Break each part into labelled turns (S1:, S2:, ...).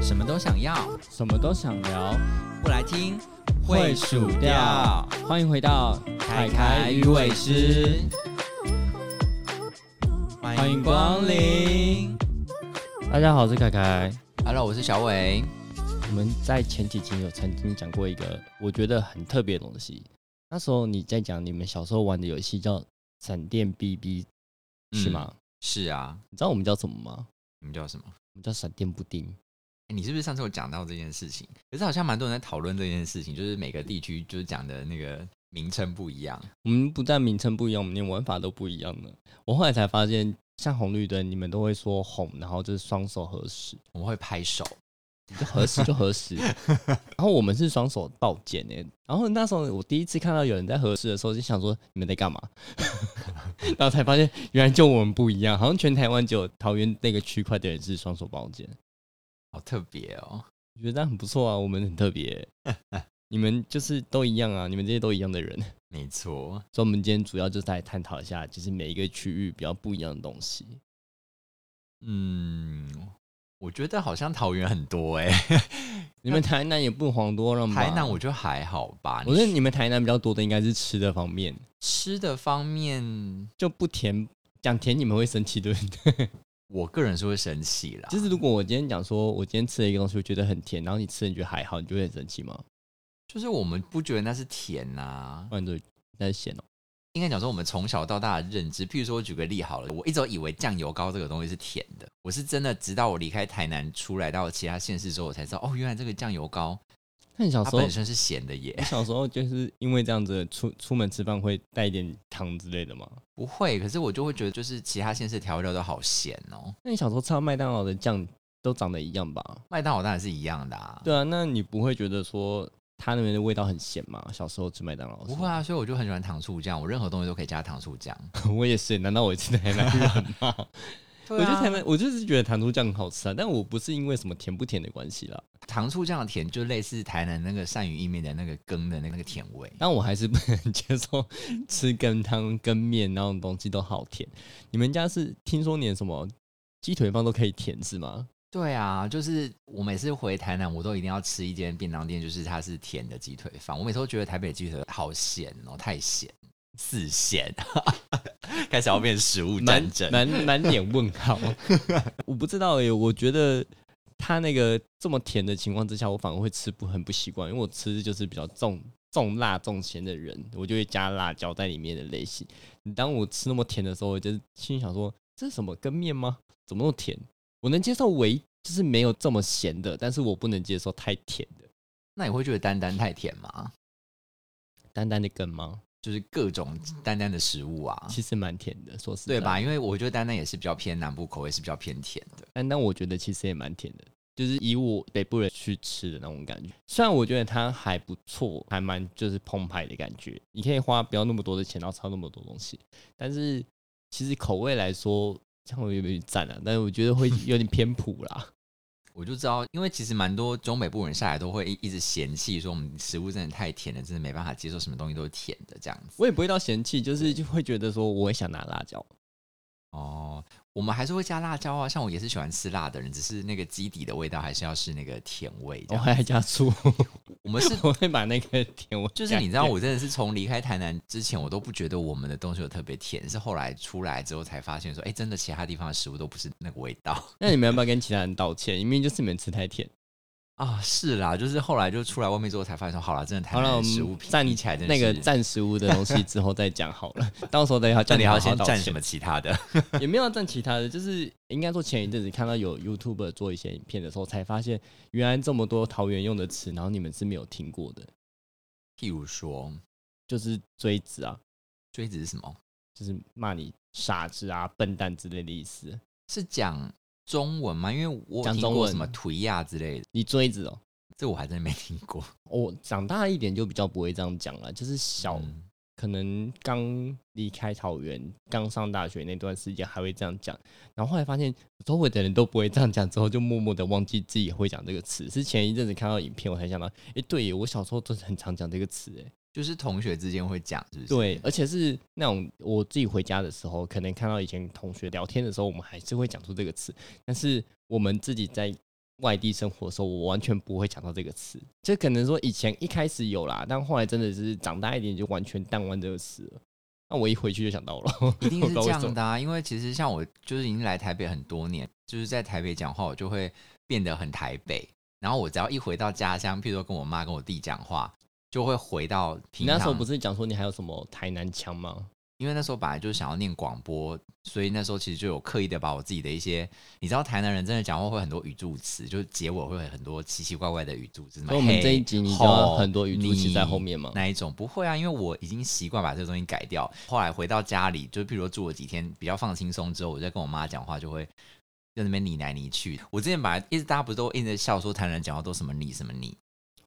S1: 什么都想要，
S2: 什么都想聊，
S1: 不来听
S2: 会数掉。欢迎回到凯凯与伟师，欢迎光临。大家好，我是凯凯。
S1: Hello，我是小伟。
S2: 我们在前几集有曾经讲过一个我觉得很特别的东西。那时候你在讲你们小时候玩的游戏叫闪电 BB，是吗？
S1: 是啊，
S2: 你知道我们叫什么吗？
S1: 你们叫什么？
S2: 我们叫闪电布丁。
S1: 欸你是不是上次有讲到这件事情？可是好像蛮多人在讨论这件事情，就是每个地区就是讲的那个名称不一样。
S2: 我们嗯不但名称不一样，我们连玩法都不一样的。我后来才发现，像红绿灯，你们都会说红，然后就是双手合十，
S1: 我们会拍手，
S2: 就合十就合 十。然后我们是双手抱剑诶。然后那时候我第一次看到有人在合十的时候，就想说你们在干嘛？ 然后才发现原来就我们不一样，好像全台湾只有桃园那个区块的人是双手抱剑。
S1: 好特别哦。
S2: 我觉得这样很不错啊，我们很特别欸、 你们就是都一样啊，你们这些都一样的人。
S1: 没错，
S2: 所以，我们今天主要就是来探讨一下，就是每一个区域比较不一样的东西。
S1: 嗯，我觉得好像桃园很多哎、
S2: 你们台南也不遑多让吧？
S1: 台南我觉得还好吧。
S2: 我觉得你们台南比较多的应该是吃的方面，
S1: 吃的方面，
S2: 就不甜。讲甜你们会生气，对不对？
S1: 我个人是会生气啦。
S2: 就是如果我今天讲说，我今天吃了一个东西，我觉得很甜，然后你吃了你觉得还好，你就会很生气吗？
S1: 就是我们不觉得那是甜呐、
S2: 不然就那是咸哦、
S1: 应该讲说我们从小到大的认知，譬如说我举个例好了，我一直都以为酱油膏这个东西是甜的，我是真的直到我离开台南出来到其他县市之后，我才知道哦，原来这个酱油膏
S2: 那你小
S1: 它
S2: 时候
S1: 本，身是咸的耶
S2: 你。小时候就是因为这样子出出门吃饭会带一点糖之类的吗？
S1: 不会，可是我就会觉得就是其他县市调味料都好咸哦，
S2: 那你小时候吃到麦当劳的酱都长得一样吧？
S1: 麦当劳当然是一样的啊。
S2: 对啊，那你不会觉得说它那边的味道很咸吗？小时候吃麦当劳的时
S1: 不
S2: 候，
S1: 会啊，所以我就很喜欢糖醋酱，我任何东西都可以加糖醋酱。
S2: 我也是。难道我 是台南
S1: 啊
S2: 人吗？
S1: 我
S2: 我觉得台南，我就是觉得糖醋酱很好吃啊，但我不是因为什么甜不甜的关系啦。
S1: 糖醋酱的甜就类似台南那个鳝鱼意面的那个羹的那个甜味。
S2: 但我还是不能接受吃羹汤、羹面那种东西都好甜。你们家是听说连什么鸡腿饭都可以甜是吗？
S1: 对啊，就是我每次回台南，我都一定要吃一间便当店，就是它是甜的鸡腿饭。我每次都觉得台北鸡腿好咸哦，太咸，四咸， 开始要变食物
S2: 满
S1: 战争。
S2: 满满脸问 号，我不知道耶、我觉得它那个这么甜的情况之下，我反而会吃不很不习惯，因为我吃就是比较重重辣重咸的人，我就会加辣椒在里面的类型。当我吃那么甜的时候，我就心里想说，这是什么跟面吗？怎么那么甜？我能接受唯就是没有这么咸的，但是我不能接受太甜的。
S1: 那你会觉得丹丹太甜吗？
S2: 单单的羹吗？
S1: 就是各种丹丹的食物啊，
S2: 其实蛮甜的，说实在
S1: 对吧？因为我觉得丹丹也是比较偏南部口味，是比较偏甜的。
S2: 但但我觉得其实也蛮甜的，就是以我北部人去吃的那种感觉。虽然我觉得它还不错，还蛮就是澎湃的感觉，你可以花不要那么多的钱，然后炒那么多东西，但是其实口味来说，像我有点赞啊，但是我 觉得会有点偏普啦。
S1: 我就知道，因为其实蛮多中北部人下来都会一一直嫌弃说我们食物真的太甜了，真的没办法接受什么东西都是甜的这样子。
S2: 我也不会到嫌弃，就是就会觉得说我也想拿辣椒，
S1: 哦，我们还是会加辣椒啊，像我也是喜欢吃辣的人，只是那个基底的味道还是要是那个甜味这
S2: 我
S1: 样。
S2: 还加醋，，
S1: 我们是
S2: 我会把那个甜味
S1: 就是
S2: 加
S1: 你知道，
S2: 掉
S1: 我真的是从离开台南之前，我都不觉得我们的东西有特别甜，是后来出来之后才发现说，哎、真的其他地方的食物都不是那个味道
S2: 那你们要不要跟其他人道歉？因为就是你们吃太甜。
S1: 啊。是啦，就是后来就出来外面之后才发现说，好啦，真的台
S2: 好了，
S1: 南
S2: 我
S1: 的哎食
S2: 们
S1: 物
S2: 站
S1: 比起来真的
S2: 那
S1: 是，
S2: 个占食物的东西之后再讲好 了，到时候再好
S1: 那
S2: 叫
S1: 你
S2: 你
S1: 要
S2: 好好
S1: 先
S2: 道
S1: 蘸
S2: 歉。
S1: 什么其他的？
S2: 也没有要赞其他的，就是应该说前一阵子看到有 YouTube 做一些影片的时候，才发现原来这么多桃园用的词，然后你们是没有听过的，
S1: 譬如说，
S2: 就是锥子啊，
S1: 锥子是什么？
S2: 就是骂你傻子啊、笨蛋之类的意思。
S1: 是讲中文吗？因为我有
S2: 讲
S1: 听
S2: 中
S1: 过
S2: 文
S1: 什么颓亚之类的，
S2: 你锥子哦，
S1: 这我还真没听过。
S2: 我长大一点就比较不会这样讲了，就是小、
S1: 嗯
S2: 可能刚离开桃园、刚上大学那段时间还会这样讲，然后后来发现周围的人都不会这样讲，之后就默默的忘记自己会讲这个词。是前一阵子看到影片我才想到，诶，对耶，我小时候真的很常讲这个词，诶。
S1: 就是同学之间会讲，是不是？
S2: 对，而且是那种我自己回家的时候，可能看到以前同学聊天的时候，我们还是会讲出这个词，但是我们自己在外地生活的时候，我完全不会讲到这个词。就可能说以前一开始有啦，但后来真的是长大一点就完全淡忘这个词 了。那我一回去就想到了，
S1: 一定
S2: 我
S1: 是
S2: 不知道
S1: 这
S2: 为什
S1: 样
S2: 么
S1: 的啊，因为其实像我就是已经来台北很多年，就是在台北讲话，我就会变得很台北。然后我只要一回到家乡，譬如说跟我妈跟我弟讲话，就会回到
S2: 你
S1: 平常。
S2: 那时候不是讲说你还有什么台南腔吗？
S1: 因为那时候本来就是想要念广播，所以那时候其实就有刻意的把我自己的一些，你知道台南人真的讲话会很多语助词，就是结尾会有很多奇奇怪怪的语助词。什么
S2: 所以我们
S1: 嘿
S2: 这一集你知道
S1: 吼
S2: 很多语助词在后面
S1: 你
S2: 吗？
S1: 那一种不会啊，因为我已经习惯把这个东西改掉。后来回到家里，就譬如说住了几天比较放轻松之后，我再跟我妈讲话就会。在那边你来你去，我之前本来一直大家不是都一直笑说台南人讲话都什么你什么你，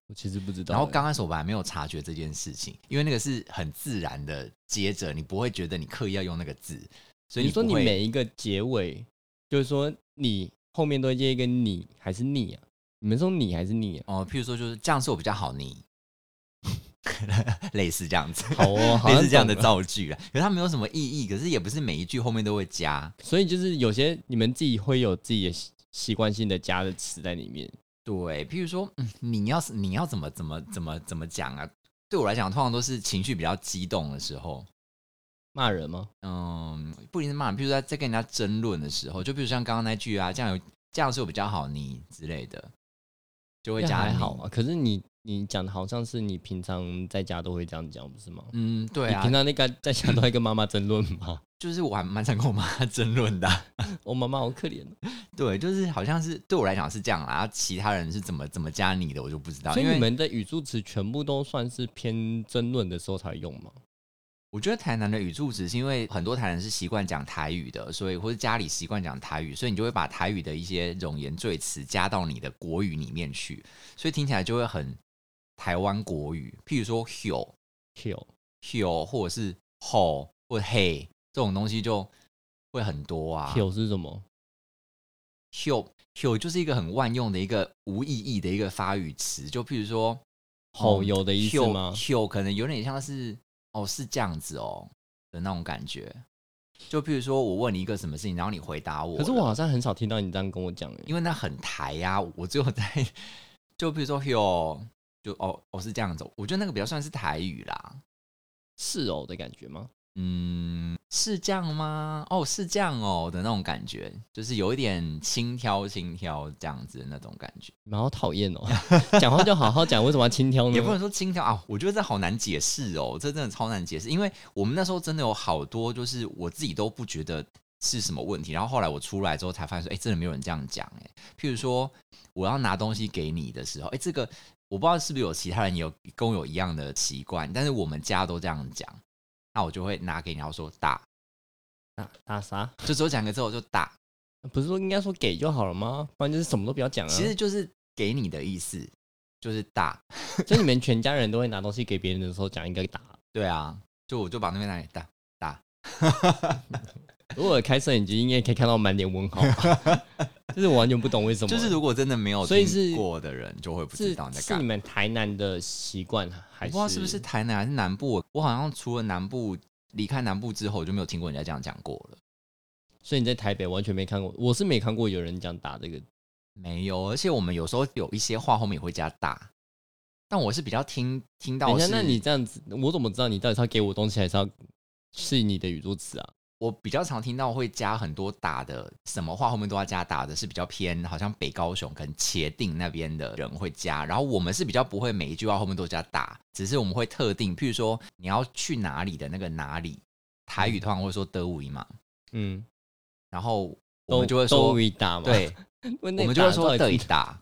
S2: 我其实不知道欸。
S1: 然后刚开始我本来没有察觉这件事情，因为那个是很自然的接着，你不会觉得你刻意要用那个字，所以
S2: 你说
S1: 不
S2: 你
S1: 会
S2: 每一个结尾，就是说你后面都会接一个你还是你啊？你们说你还是你啊？
S1: 哦、譬如说就是这样是我比较好你， 类似这样子，
S2: 好 哦，好
S1: 类
S2: 像
S1: 似这样的
S2: 懂了。
S1: 造句啊，可是它没有什么意义，可是也不是每一句后面都会加，
S2: 所以就是有些你们自己会有自己的习习惯性的加的词在里面。
S1: 对，譬如说，嗯，你要是你要怎么怎么怎么怎么讲啊？对我来讲，通常都是情绪比较激动的时候，
S2: 骂人吗？
S1: 嗯，不一定是骂人，譬如说在跟人家争论的时候，就比如像刚刚那句啊，这样有这样是我比较好你之类的，就会
S2: 这
S1: 加
S2: 还
S1: 你
S2: 好。啊。可是你你讲的好像是你平常在家都会这样讲，不是吗？
S1: 嗯，对
S2: 你
S1: 啊
S2: 平，常那个在家都在跟妈妈争论吗？
S1: 就是我还蛮常跟我妈 争论的啊、
S2: 我妈妈好可怜哦。
S1: 对，就是好像是对我来讲是这样啦，然后其他人是怎么怎么加你的，我就不知道。
S2: 所
S1: 啊
S2: 以
S1: 因为
S2: 你们的语助词全部都算是偏争论的时候才用吗？
S1: 我觉得台南的语助词是因为很多台南人是习惯讲台语的，所以或者家里习惯讲台语，所以你就会把台语的一些冗言赘词加到你的国语里面去，所以听起来就会很台湾国语。譬如说 “hiu
S2: kill
S1: hiu” 或者是 “ho” 或者 “hey” 这种东西就会很多啊。
S2: kill 是什么？
S1: hiu hiu 就是一个很万用的一个无意义的一个发语词，就譬如说
S2: 吼有的意思吗
S1: h i 可能有点像是哦是这样子哦的那种感觉。就譬如说我问你一个什么事情，然后你回答我了，
S2: 可是我好像很少听到你这样跟我讲欸诶。
S1: 因为那很台呀、我只有在 就譬如说 hiu 就哦哦是这样子哦，我觉得那个比较算是台语啦。
S2: 是哦的感觉吗？
S1: 嗯，是这样吗？哦，是这样哦的那种感觉，就是有一点轻佻轻佻这样子的那种感觉。
S2: 你们好讨厌哦， 讲话就好好讲，为什么要轻佻
S1: 也不能
S2: 呢？
S1: 说轻佻啊，我觉得这好难解释哦，这真的超难解释，因为我们那时候真的有好多，就是我自己都不觉得是什么问题，然后后来我出来之后才发现说，哎、真的没有人这样讲，哎，譬如说我要拿东西给你的时候，哎、这个我不知道是不是有其他人也有跟我有一样的习惯，但是我们家都这样讲，那我就会拿给你，然后说打，
S2: 打打啥？
S1: 就只有讲个之后就打，
S2: 不是说应该说给就好了吗？不然就是什么都不要讲啊。
S1: 其实，就是给你的意思，就是打，
S2: 所以你们全家人都会拿东西给别人的时候讲一个打。
S1: 对啊，就我就把那边拿给打。
S2: 如果有开摄影机，应该可以看到满脸问号吧。 就是我完全不懂为什么，
S1: 就是如果真的没有
S2: 所以是
S1: 听过的人，就会不知
S2: 是
S1: 道你在
S2: 是
S1: 干
S2: 你
S1: 嘛。
S2: 们台南的习惯，啊
S1: 我
S2: 还
S1: 不知道是不是台南还是南部，我好像除了南部离开南部之后，我就没有听过人家这样讲过了。
S2: 所以你在台北完全没看过，我是没看过有人讲打这个。
S1: 没有，而且我们有时候有一些话后面也会加大，但我是比较听听
S2: 等
S1: 到
S2: 一下，
S1: 是，
S2: 那你这样子，我怎么知道你到底是要给我东西，还是要是你的语助词啊？
S1: 我比较常听到会加很多打的，什么话后面都要加打的，是比较偏好像北高雄跟茄定那边的人会加，然后我们是比较不会每一句话后面都加打，只是我们会特定，譬如说你要去哪里的那个哪里，台语通常会说德语嘛，
S2: 嗯，
S1: 然后我
S2: 都
S1: 们就会
S2: 都
S1: 说，
S2: 会打嘛，，
S1: 对，
S2: 我
S1: 我们就会说的一打，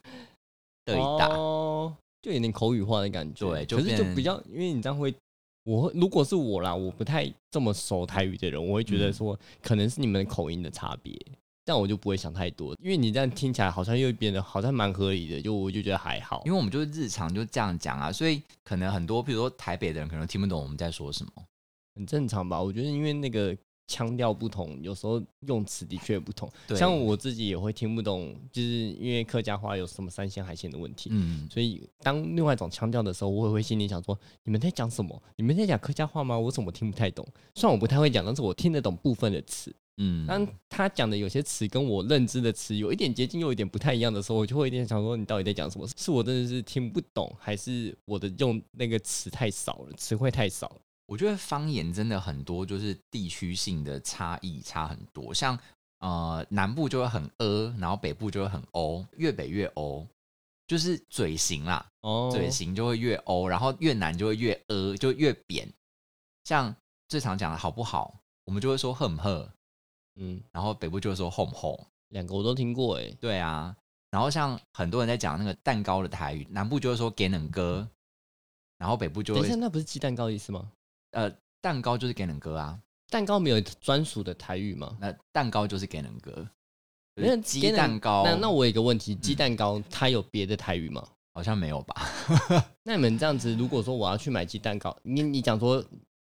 S1: 的一打，
S2: 哦，就有点口语化的感觉。
S1: 对就
S2: 可是就
S1: 变
S2: 比较，因为你这样会，我会如果是我啦，我不太这么熟台语的人，我会觉得
S1: 嗯
S2: 说，可能是你们的口音的差别。这样我就不会想太多，因为你这样听起来好像又变得好像蛮合理的，就我就觉得还好
S1: 因。为我们就是日常就这样讲啊，所以可能很多，譬如说台北的人可能听不懂我们在说什么，
S2: 很正常吧？我觉得因为那个腔调不同，有时候用词的确不同。
S1: 对
S2: 像我自己也会听不懂，就是因为客家话有什么三鲜海鲜的问题。
S1: 嗯，
S2: 所以，当另外一种腔调的时候，我也会心里想说：你们在讲什么？你们在讲客家话吗？我怎么听不太懂？虽然我不太会讲，但是我听得懂部分的词。
S1: 嗯，
S2: 当他讲的有些词跟我认知的词有一点接近，又有一点不太一样的时候，我就会有点想说：你到底在讲什么？是我真的是听不懂，还是我的用那个词太少了，词汇太少了？
S1: 我觉得方言真的很多，就是地区性的差异差很多。像呃，南部就会很呃，然后北部就会很欧，越北越欧，就是嘴型啦，
S2: 哦，
S1: 嘴型就会越欧，然后越南就会越呃，就越扁。像最常讲的好不好，我们就会说哼哼，
S2: 嗯，
S1: 然后北部就会说哄哄。
S2: 两个我都听过，哎，
S1: 对啊，然后像很多人在讲那个蛋糕的台语，南部就会说给冷哥，然后北部就
S2: 等一下，
S1: 会
S2: 那不是鸡蛋糕的意思吗？
S1: 呃蛋糕就是给冷哥啊，
S2: 蛋糕没有专属的台语吗？
S1: 那蛋糕就是给冷哥，就
S2: 没有
S1: 是鸡
S2: 给冷
S1: 蛋糕嗯
S2: 那那我有一个问题，鸡蛋糕它有别的台语吗？
S1: 好像没有吧？
S2: 那你们这样子，如果说我要去买鸡蛋糕，你你讲说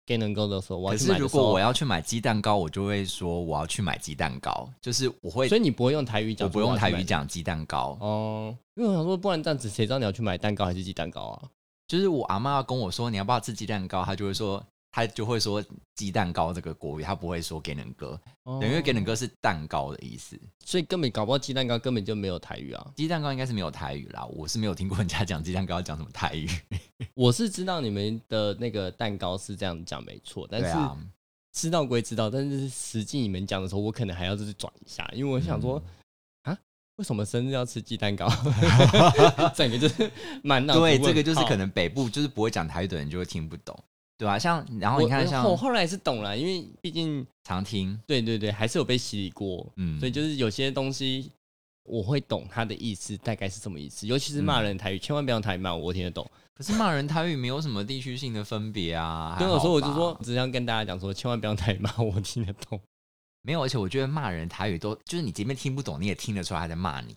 S2: 给能够的时候，我
S1: 可
S2: 要去
S1: 是
S2: 买的
S1: 如
S2: 时候，
S1: 果我要去买鸡蛋糕，我就会说我要去买鸡蛋糕，就是我会
S2: 所以你不会用台语讲，
S1: 我不用台语讲鸡蛋糕，
S2: 哦，因为我想说，不然这样子谁知道你要去买蛋糕还是鸡蛋糕啊？
S1: 就是我阿妈要跟我说你要不要吃鸡蛋糕，她就会说。她就会说鸡蛋糕这个国语，她不会说给冷哥，
S2: 哦
S1: 因为给冷，哥是蛋糕的意思。。
S2: 所以根本搞不好鸡蛋糕根本就没有台语啊
S1: 鸡蛋糕应该是没有台语啦，我是没有听过人家讲鸡蛋糕要讲什么台语。
S2: 我是知道你们的那个蛋糕是这样讲没错，但
S1: 对
S2: 是
S1: 啊，
S2: 知道归知道，但是实际你们讲的时候，我可能还要再去转一下，因为我
S1: 嗯
S2: 想说、啊，为什么生日要吃鸡 蛋糕？ 整个就是满脑子
S1: 对，
S2: 问哦
S1: 这个就是
S2: 号
S1: 可能北部就是不会讲台语的人就会听不懂，对啊，像然后
S2: 我哎
S1: 你看像
S2: 我后来是懂了，因为毕竟
S1: 常听，
S2: 对对对，还是有被洗礼过，
S1: 嗯，
S2: 所以就是有些东西我会懂它的意思，大概是什么意思。尤其是
S1: 嗯
S2: 骂人的台语，千万不要用台语骂我，我听得懂。
S1: 可是骂人台语没有什么地区性的分别啊。还
S2: 对，有
S1: 好
S2: 时候我就
S1: 吧
S2: 说，只想跟大家讲说，千万不要用台语骂我，我听得懂。
S1: 没有，而且我觉得骂人台语都就是你即便听不懂，你也听得出来他在骂你。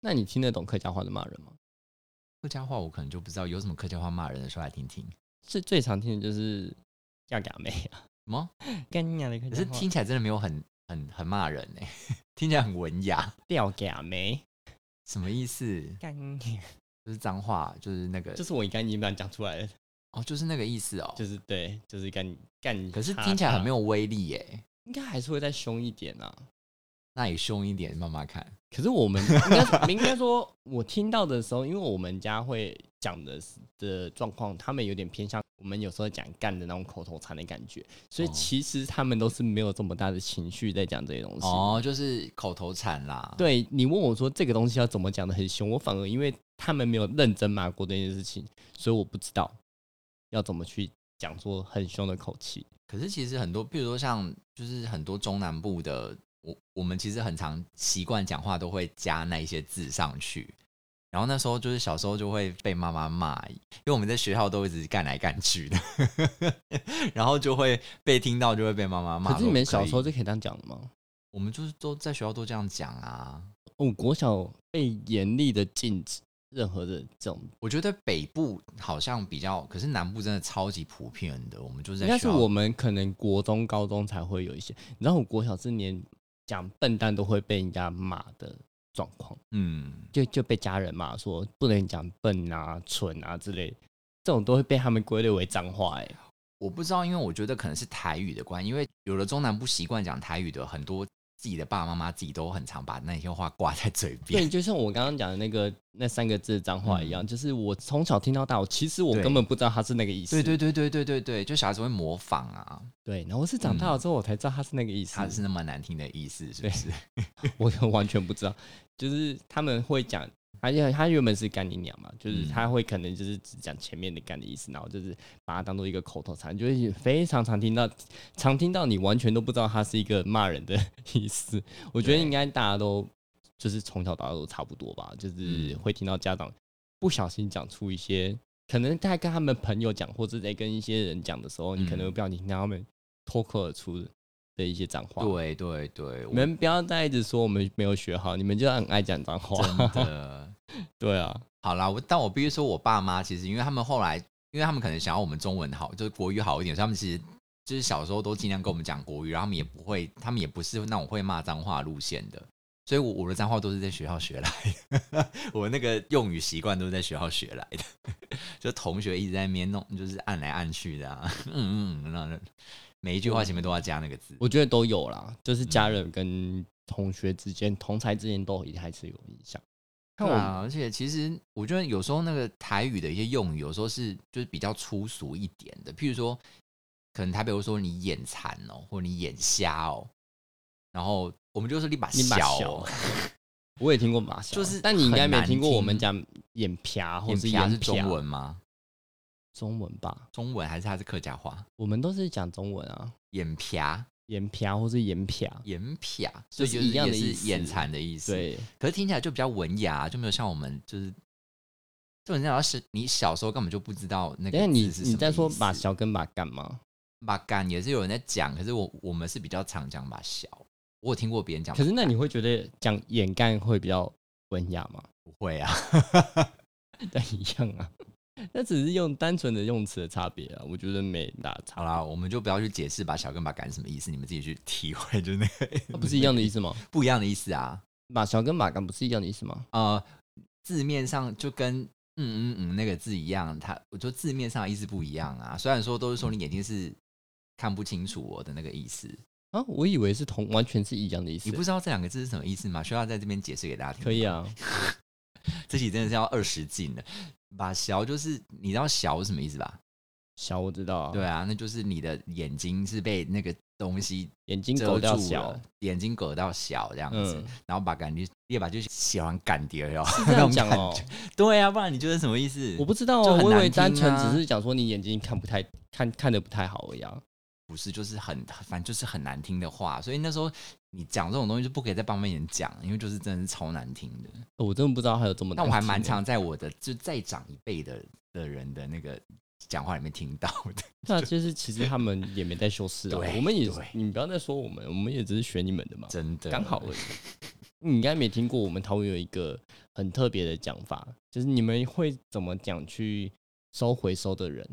S2: 那你听得懂客家话的骂人吗？
S1: 客家话我可能就不知道有什么客家话骂人的，说来听听。
S2: 最最常听的就是“要嘎妹” 啊，
S1: 什么？
S2: 干你娘的
S1: 可
S2: 客家
S1: 是
S2: 话，
S1: 听起来真的没有很很很骂人哎、 听起来很文雅，
S2: 掉嘎妹，
S1: 什么意思？
S2: 干你，
S1: 就是脏话，就是那个
S2: 就是我刚你般讲出来的，
S1: 哦，就是那个意思哦。
S2: 就是对，就是干你干你。
S1: 可是听起来很没
S2: 有，
S1: 有威力耶、
S2: 应该还是会再凶一点啊。
S1: 那你凶一点，慢慢看。
S2: 可是我们 应该应该说，我听到的时候，因为我们家会讲的是的状况，他们有点偏向我们有时候讲干的那种口头禅的感觉，所以
S1: 哦
S2: 其实他们都是没有这么大的情绪在讲这些东西。
S1: 哦，就是口头禅啦。，
S2: 对你问我说这个东西要怎么讲的很凶，我反而因为他们没有认真骂过这件事情，所以我不知道要怎么去讲说很凶的口气。
S1: 可是其实很多，比如说像就是很多中南部的，我我们其实很常习惯讲话都会加那一些字上去。然后那时候就是小时候就会被妈妈骂，因为我们在学校都一直干来干去的， 然后就会被听到，就会被妈妈骂。
S2: 可是你们
S1: 说不
S2: 小
S1: 可以
S2: 时候就可以这样讲了吗？
S1: 我们就是都在学校都这样讲啊。
S2: 哦，国小被严厉的禁止任何的这种
S1: 我觉得北部好像比较，可是南部真的超级普遍的。我们就是在
S2: 应该
S1: 学
S2: 是
S1: 校
S2: 我们可能国中、高中才会有一些。你知道，我国小是连讲笨蛋都会被人家骂的状况，
S1: 嗯，
S2: 就就被家人骂说不能讲笨啊、蠢啊之类的，这种都会被他们归类为脏话、欸。
S1: 我不知道，因为我觉得可能是台语的关系，因为有的中南部习惯讲台语的，很多自己的爸爸妈妈自己都很常把那些话挂在嘴
S2: 对，
S1: 边。
S2: 就像我刚刚讲的那个那三个字的脏话一样，就是我从小听到大，我其实我
S1: 对
S2: 根本不知道它是那个意思。
S1: 对对对对对对对，就小孩子会模仿啊，
S2: 对，然后是长大了之后我才知嗯道它是那个意思，
S1: 他是那么难听的意思，是不是？
S2: 我完全不知道，就是他们会讲，而且他原本是干你娘嘛，就是
S1: 嗯
S2: 他会可能就是只讲前面的干的意思，然后就是把它当做一个口头禅，就是非常常听到，常听到你完全都不知道它是一个骂人的 意思。我觉得
S1: 对
S2: 应该大家都就是从小到大都差不多吧，就是
S1: 嗯
S2: 会听到家长不小心讲出一些，可能在跟他们朋友讲，或者在跟一些人讲的时候，你可能会
S1: 嗯
S2: 不小心听到他们脱口而出的一些脏话。
S1: 对对对，我
S2: 你们不要再一直说我们没有学好，你们就很爱讲脏
S1: 真
S2: 话。
S1: 的
S2: 对啊，
S1: 好啦，我但我必须说，我爸妈其实因为他们后来，因为他们可能想要我们中文好，就是国语好一点，所以他们其实。就是小时候都尽量跟我们讲国语，然后他们也不会，他们也不是那种会骂脏话路线的，所以我我的脏话都是在学校学来的， 我那个用语习惯都是在学校学来的， 就同学一直在那边弄，就是按来按去的、啊， 嗯嗯，那每一句话前面都要加那个字，
S2: 我觉得都有啦，就是家人跟同学之间、同才之间都一定还是有影响。
S1: 对
S2: 看我，
S1: 啊，而且其实我觉得有时候那个台语的一些用语，有时候是就是比较粗俗一点的，譬如说，可能台北会说你眼残哦，或者你眼瞎哦，然后我们就是你把
S2: 你马
S1: 小
S2: 小
S1: 哦，
S2: 我也听过马小，
S1: 就是
S2: 但你应该
S1: 很
S2: 没
S1: 难
S2: 听过我们
S1: 听
S2: 讲眼啪或
S1: 眼
S2: 者
S1: 皮啊
S2: 眼
S1: 是中
S2: 啪
S1: 文吗？
S2: 中文吧，
S1: 中文还是它是客家话？
S2: 我们都是讲中文啊，
S1: 眼皮啊
S2: 眼啪或是眼啪，
S1: 眼皮啊，所以
S2: 就
S1: 就
S2: 是
S1: 是
S2: 一样
S1: 也
S2: 的意
S1: 是
S2: 思
S1: 眼残的意思。，
S2: 对，
S1: 可是听起来就比较文雅，啊就没有像我们就是。就人家要是你小时候根本就不知道那个
S2: 但是你
S1: 字是什
S2: 你
S1: 么
S2: 在说
S1: 意思
S2: 马小跟马干嘛？
S1: 马干也是有人在讲，可是我我们是比较常讲马小，我有听过别人讲，
S2: 可是那你会觉得讲眼干会比较文雅吗？
S1: 不会啊，
S2: 但一样啊，那只是用单纯的用词的差别啊，我觉得没大
S1: 好
S2: 差，
S1: 啦，我们就不要去解释把小跟把干什么意思，你们自己去体会，就是那个
S2: 它不是一样的意思吗？
S1: 不一样的意思啊，
S2: 马小跟马干不是一样的意思吗？
S1: 呃，字面上就跟嗯嗯嗯那个字一样，它我就字面上的意思不一样啊，虽然说都是
S2: 嗯
S1: 说你眼睛是看不清楚我的那个意思，
S2: 啊，我以为是同完全是一样的意思
S1: 你。不知道这两个字是什么意思吗？需要在这边解释给大家听吗，
S2: 可以啊，
S1: 这集真的是要二十进的，把小就是你知道小是什么意思吧？
S2: 小我知道啊，
S1: 对啊，那就是你的眼睛是被那个东西
S2: 眼睛
S1: 遮
S2: 狗掉
S1: 住
S2: 小
S1: 了，，眼睛隔到小这样子，
S2: 嗯
S1: 然后把感觉列把就是喜欢感碟哟，
S2: 是这
S1: 那
S2: 样
S1: 种
S2: 讲
S1: 感
S2: 哦
S1: 觉。对啊，不然你觉得什么意思？
S2: 我不知道
S1: 就
S2: 哦，
S1: 很
S2: 我以
S1: 难
S2: 为单
S1: 听
S2: 纯
S1: 啊
S2: 只是讲说你眼睛看不太看看的不太好而已啊。
S1: 不是，就是很反正就是很难听的话，所以那时候你讲这种东西就不可以在帮别人讲，因为就是真的是超难听的。
S2: 呃我真的不知道还有这么难
S1: 但
S2: 听的。
S1: 我还蛮常在我的就再长一辈的的人的那个讲话里面听到的。
S2: 那就是其实他们也没在修饰啊，
S1: 对
S2: 我们也
S1: 对
S2: 你不要再说我们，我们也只是学你们的嘛，
S1: 真的
S2: 刚好而已。 你应该没听过我们桃园有一个很特别的讲法，就是你们会怎么讲去收回收的人？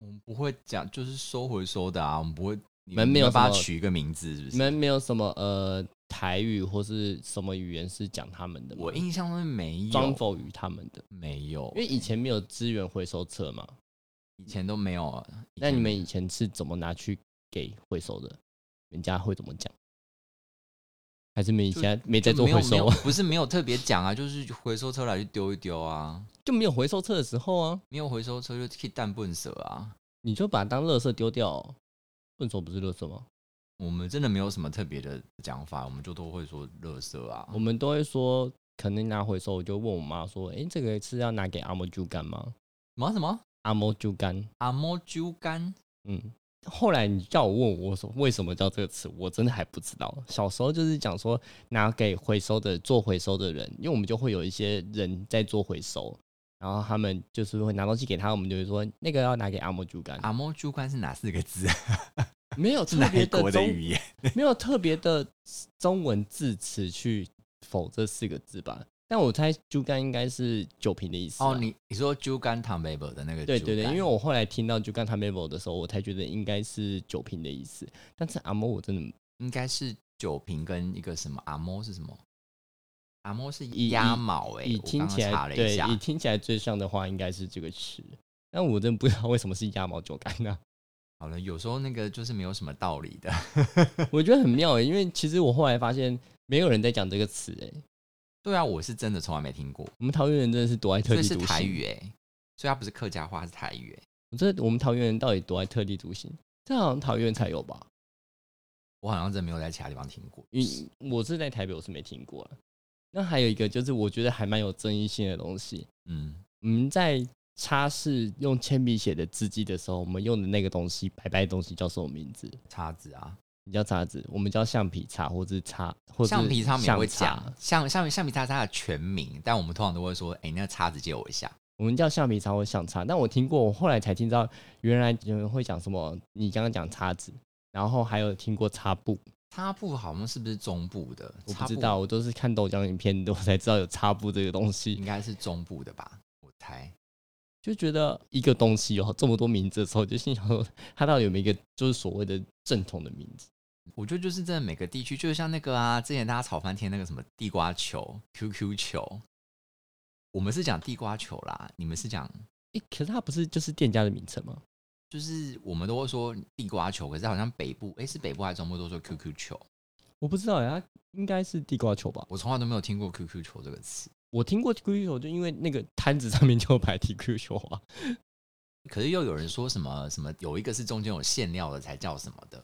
S1: 我们不会讲，就是收回收的啊，我们不会。你
S2: 们没有
S1: 帮
S2: 什
S1: 他
S2: 么
S1: 取一个名字，是不
S2: 你
S1: 是？
S2: 们没有什么呃台语或是什么语言是讲他们的吗？
S1: 我印象中没有，
S2: 装否语他们的，
S1: 没有，
S2: 因为以前没有资源回收车嘛。
S1: 以前都没有啊。以
S2: 那
S1: 前
S2: 你们以前是怎么拿去给回收的？人家会怎么讲？还是没以
S1: 就
S2: 前没在
S1: 就
S2: 做
S1: 没有
S2: 回
S1: 没
S2: 收
S1: 有
S2: 啊？
S1: 不是没有特别讲啊，就是回收车来就丢一丢啊，
S2: 就没有回收车的时候啊，
S1: 没有回收车就去蛋笨舍啊。
S2: 你就把它当垃圾丢掉哦、粪手不是垃圾吗？
S1: 我们真的没有什么特别的讲法，我们就都会说垃圾啊
S2: 我。们都会说，可能拿回收，我就问我妈说：“诶，这个是要拿给阿嬷猪干吗
S1: 什么什么？”
S2: 阿嬷猪干，
S1: 阿莫猪肝？
S2: 嗯。后来你叫我问我说为什么叫这个词，我真的还不知道。小时候就是讲说拿给回收的做回收的人，因为我们就会有一些人在做回收，然后他们就是会拿东西给他，我们就会说那个要拿给阿嬷猪干，
S1: 阿莫猪肝是哪四个字啊？
S2: 没有特
S1: 哪
S2: 别
S1: 一
S2: 的
S1: 国的
S2: 中
S1: 语言？
S2: 没有特别的中文字词去否这四个字吧。但我猜“猪肝”应该是酒瓶的意思啊。
S1: 哦，你你说猪肝糖贝伯的那个猪肝？
S2: 对对对，因为我后来听到“猪肝 t a m a b l 的时候，我才觉得应该是酒瓶的意思。但是阿嬷我真的
S1: 应该是酒瓶跟一个什么阿莫是什么？阿莫是
S2: 以
S1: 鸭毛哎、
S2: 以
S1: 欸，我
S2: 听
S1: 刚
S2: 起
S1: 刚查
S2: 来
S1: 了一
S2: 对
S1: 下
S2: 以，听起来最像的话应该是这个词，但我真的不知道为什么是鸭毛酒干啊呢、
S1: 好了，有时候那个就是没有什么道理的。
S2: 我觉得很妙、欸，因为其实我后来发现没有人在讲这个词诶、
S1: 对啊，我是真的从来没听过，
S2: 我们桃园人真的是多爱特
S1: 所以
S2: 立
S1: 是
S2: 独
S1: 台
S2: 行。
S1: 语哎、所以它不是客家话，是台语哎、
S2: 我这我们桃园人到底多爱特立独行？这好像桃园才有吧？
S1: 我好像真的没有在其他地方听过。
S2: 因我是在台北，我是没听过了。那还有一个就是，我觉得还蛮有争议性的东西。
S1: 嗯，
S2: 我们在擦拭用铅笔写的字迹的时候，我们用的那个东西，白白的东西叫什么名字？
S1: 叉子啊，
S2: 你叫啥子？我们叫橡皮擦，或是擦，或是
S1: 橡皮擦我们也
S2: 橡
S1: 会
S2: 擦
S1: 讲，橡橡橡皮擦是它的全名，但我们通常都会说，哎、你那个叉子借我一下。
S2: 我们叫橡皮擦或橡擦。但我听过，我后来才听到，原来有人会讲什么？你刚刚讲擦子，然后还有听过擦布，
S1: 擦布好像是不是中部的？
S2: 我不
S1: 擦布
S2: 知道，我都是看
S1: 嗯
S2: 豆浆影片，我才知道有擦布这个东西。
S1: 应该是中部的吧？我猜。
S2: 就觉得一个东西有这么多名字的时候，就心想说它到底有没有一个就是所谓的正统的名字？
S1: 我觉得就是真的每个地区，就像那个啊，之前大家吵翻天那个什么地瓜球、QQ 球，我们是讲地瓜球啦，你们是讲
S2: 诶、可是它不是就是店家的名称吗？
S1: 就是我们都会说地瓜球，可是好像北部诶，是北部还是中部都说 QQ 球，
S2: 我不知道、欸，它应该是地瓜球吧？
S1: 我从来都没有听过 QQ 球这个词。
S2: 我听过 QQ 球，就因为那个摊子上面就有摆 QQ 球啊。
S1: 可是又有人说什么什么有一个是中间有馅料的才叫什么的，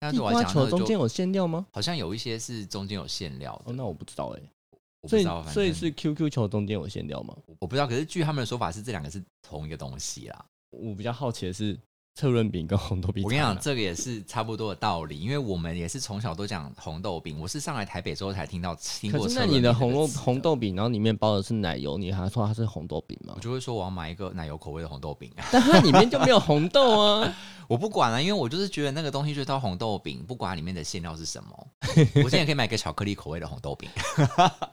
S1: 那
S2: 地
S1: 对我
S2: 瓜
S1: 来讲那
S2: 球
S1: 个
S2: 中
S1: 就
S2: 间有馅料吗？
S1: 好像有一些是中间有馅料的，
S2: 哦，那我不知道哎、
S1: 我不
S2: 所
S1: 知道，
S2: 以
S1: 反
S2: 所以
S1: 正
S2: 是 QQ 球中间有馅料吗？
S1: 我不知道。可是据他们的说法是这两个是同一个东西啦。
S2: 我比较好奇的是车润饼跟红豆饼、
S1: 我跟你讲，，这个也是差不多的道理，因为我们也是从小都讲红豆饼，我是上来台北之后才听到听过。
S2: 可是那你的红豆红，豆饼，然后里面包的是奶油，你还说它是红豆饼吗
S1: 我？就会说我要买一个奶油口味的红豆饼。
S2: 但它里面就没有红豆啊。
S1: 我不管了、因为我就是觉得那个东西就是叫红豆饼，不管里面的馅料是什 么，我现在可以买个巧克力口味的红豆饼，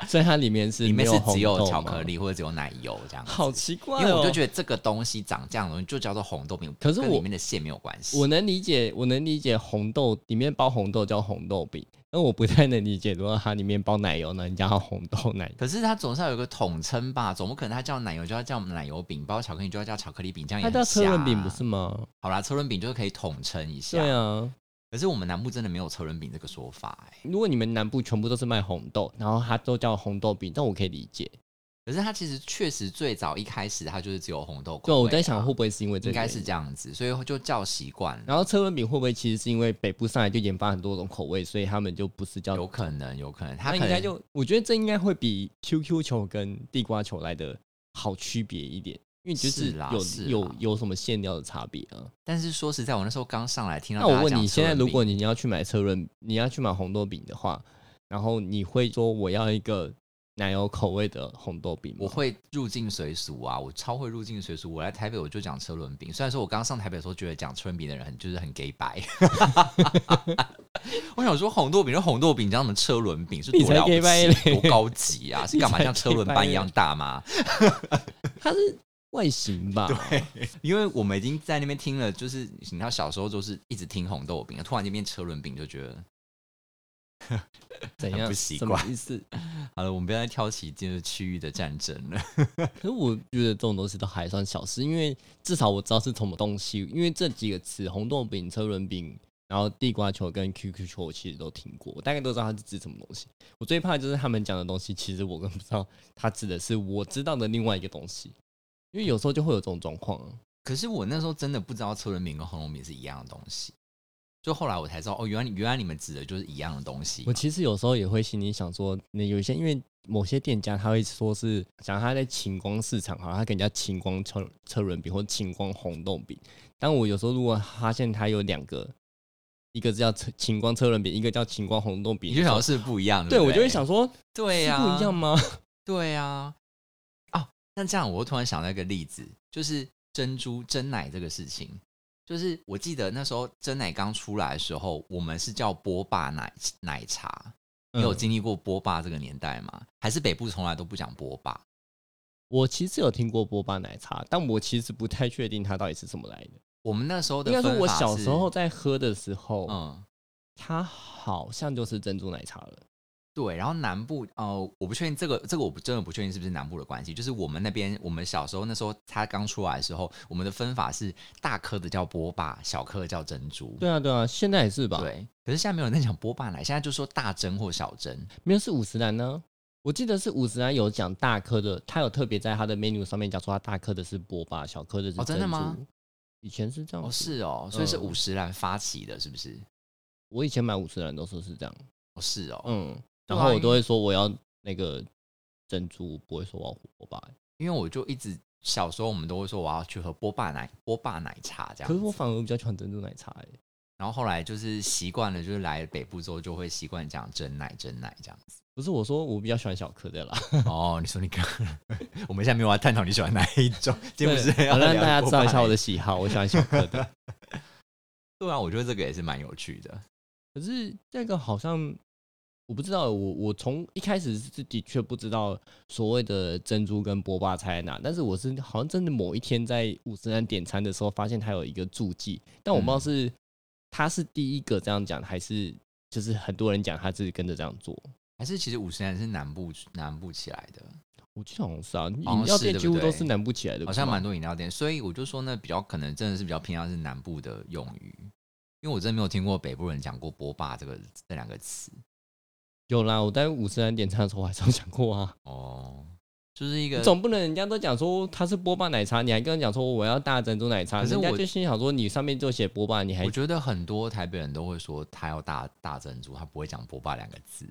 S2: 所以它里面是
S1: 里面
S2: 没
S1: 是
S2: 红
S1: 只有
S2: 豆
S1: 巧
S2: 吗
S1: 克，力或者只有奶油这样子。
S2: 好奇怪、哦。
S1: 因为我就觉得这个东西长这样的东西就叫做红豆饼，
S2: 可是
S1: 跟
S2: 我
S1: 里面的馅没有关系。
S2: 我能理解，我能理解红豆里面包红豆叫红豆饼，但我不太能理解，如果它里面包奶油呢，你叫它红豆奶油，
S1: 可是它总是要有个统称吧，总不可能它叫奶油就要叫奶油饼，包巧克力就要叫巧克力饼，这样也很
S2: 它叫车
S1: 瞎
S2: 轮饼
S1: 啊
S2: 不是吗？
S1: 好啦，车轮饼就是可以统称一下。
S2: 对啊，
S1: 可是我们南部真的没有车轮饼这个说法、欸，
S2: 如果你们南部全部都是卖红豆，然后它都叫红豆饼，但我可以理解。
S1: 可是它其实确实最早一开始它就是只有红豆口
S2: 对，
S1: 味啊、
S2: 我在想会不会是因为这
S1: 应
S2: 个原
S1: 该
S2: 因
S1: 是这样子，所以就叫习惯了。
S2: 然后车轮饼会不会其实是因为北部上来就研发很多种口味，所以他们就不是叫
S1: 有可能，有可能，它
S2: 那
S1: 可
S2: 应
S1: 能
S2: 该就我觉得这应该会比 QQ 球跟地瓜球来的好区别一点，因为就是是
S1: 啦
S2: 有
S1: 是啦
S2: 有有什么馅料的差别啊。
S1: 但是说实在，我那时候刚上来听到
S2: 那
S1: 大家
S2: 我问
S1: 讲
S2: 你，
S1: 车
S2: 现在
S1: 轮
S2: 如
S1: 饼
S2: 果你要去买车轮，你要去买红豆饼的话，然后你会说我要一个奶油口味的红豆饼吗？
S1: 我会入境随俗啊，我超会入境随俗。我来台北我就讲车轮饼，虽然说我刚上台北的时候觉得讲车轮饼的人很就是很 gay 白， 我想说红豆饼就红豆饼，讲什么车轮饼是
S2: 你
S1: 多
S2: 才
S1: 了不
S2: gay 掰
S1: 起，
S2: 嘞
S1: 多高级啊，是
S2: 你
S1: 干嘛
S2: 才
S1: 像车
S2: gay
S1: 轮
S2: 掰
S1: 般一
S2: 嘞
S1: 样大吗？
S2: 它是 外形吧？
S1: 因为我们已经在那边听了，就是你知道小时候都是一直听红豆饼，突然间变车轮饼就觉得
S2: 怎
S1: 很
S2: 样？
S1: 不习
S2: 什么
S1: 惯
S2: 意思？
S1: 好了，我们不要再挑起这个区域的战争了。
S2: 可是我觉得这种东西都还算小事，因为至少我知道是什么东西。因为这几个词，红豆饼、车轮饼，然后地瓜球跟 QQ 球，我其实都听过，我大概都知道它是指什么东西。我最怕的就是他们讲的东西，其实我根本不知道它指的是我知道的另外一个东西，因为有时候就会有这种状况啊。
S1: 可是我那时候真的不知道车轮饼跟红龙饼是一样的东西，就后来我才知道哦，原来你原来你们指的就是一样的东西
S2: 我。其实有时候也会心里想说，那有一些因为某些店家他会说是，讲他在晴光市场哈，他给人家晴光车车轮饼或晴光红豆饼，但我有时候如果发现他有两个，一个叫车晴光车轮饼，一个叫晴光红豆饼，
S1: 你就
S2: 的时
S1: 想
S2: 候
S1: 说是不一样的，
S2: 对
S1: 不
S2: 我就会想，说，
S1: 对啊呀、
S2: 是不一样，吗？
S1: 对呀、啊，那这样我突然想到一个例子，就是珍珠真奶这个事情，就是我记得那时候真奶刚出来的时候，我们是叫波霸奶奶茶，你有
S2: 嗯
S1: 经历过波霸这个年代吗？还是北部从来都不讲波霸？
S2: 我其实有听过波霸奶茶，但我其实不太确定它到底是怎么来的。
S1: 我们那时候的
S2: 应该说，
S1: 分
S2: 我
S1: 法
S2: 小
S1: 是
S2: 时候，在喝的时候，
S1: 嗯。
S2: 它好像就是珍珠奶茶了。
S1: 对，然后南部呃，我不确定这个这个我不真的不确定是不是南部的关系，就是我们那边我们小时候那时候它刚出来的时候，我们的分法是大颗的叫波霸，小颗的叫珍珠。
S2: 对啊，对啊，现在也是吧？
S1: 对，可是现在没有人在讲波霸奶，现在就说大珍或小珍。
S2: 没有是五十岚呢？我记得是五十岚有讲大颗的，他有特别在他的 menu 上面讲说他大颗的是波霸，小颗的是
S1: 哦真的
S2: 珍珠
S1: 吗？
S2: 以前是这样
S1: 哦，
S2: 子，
S1: 是哦，所以是
S2: 嗯
S1: 五十岚发起的，是不是？
S2: 我以前买五十岚都说是这样，
S1: 哦，是哦，
S2: 嗯，
S1: 对
S2: 然
S1: 啊
S2: 后我
S1: 因
S2: 都会说我要那个珍珠，不会说我要波霸。
S1: 因为我就一直小时候我们都会说我要去喝波霸奶波霸奶茶这
S2: 可是
S1: 样
S2: 我
S1: 子，
S2: 反而比较喜欢珍珠奶茶、欸，
S1: 然后后来就是习惯了，就是来北部之后就会习惯讲真奶真奶这样。
S2: 不是我说我比较喜欢小颗的啦。
S1: 哦，你说你看，我们现在没有要探讨你喜欢哪一 种，今天不是
S2: 对
S1: 要
S2: 好让
S1: 聊
S2: 大家
S1: 波
S2: 知道一
S1: 霸
S2: 下
S1: 奶
S2: 我的喜好，我喜欢小颗的。
S1: 对啊，我觉得这个也是蛮有趣的。
S2: 可是这个好像我不知道，我我从一开始是的确不知道所谓的珍珠跟波霸菜在哪，但是我是好像真的某一天在五十人点餐的时候发现它有一个注记，但我
S1: 嗯
S2: 不知道是他是第一个这样讲，还是就是很多人讲他是跟着这样做。
S1: 还是其实五十岚是南部南部起来的，
S2: 我记得好像是啊，
S1: 好像
S2: 饮料
S1: 是
S2: 店
S1: 对
S2: 几
S1: 不
S2: 乎都
S1: 对
S2: 是南部起来的，
S1: 好像蛮多饮料店，所以我就说呢，比较可能真的是比较偏向是南部的用语，因为我真的没有听过北部人讲过波霸这个这两个词
S2: 有啦。我在五十人点餐的时候我还是有讲过 啊，
S1: 哦，就是一
S2: 你
S1: 个
S2: 总不能人家都讲说它是波霸奶茶，你还跟人讲说我要大珍珠奶茶，
S1: 可是
S2: 人家
S1: 我
S2: 就心想说你上面就写波霸，你还
S1: 我觉得很多台北人都会说他要大大珍珠，他不会讲波霸两个字，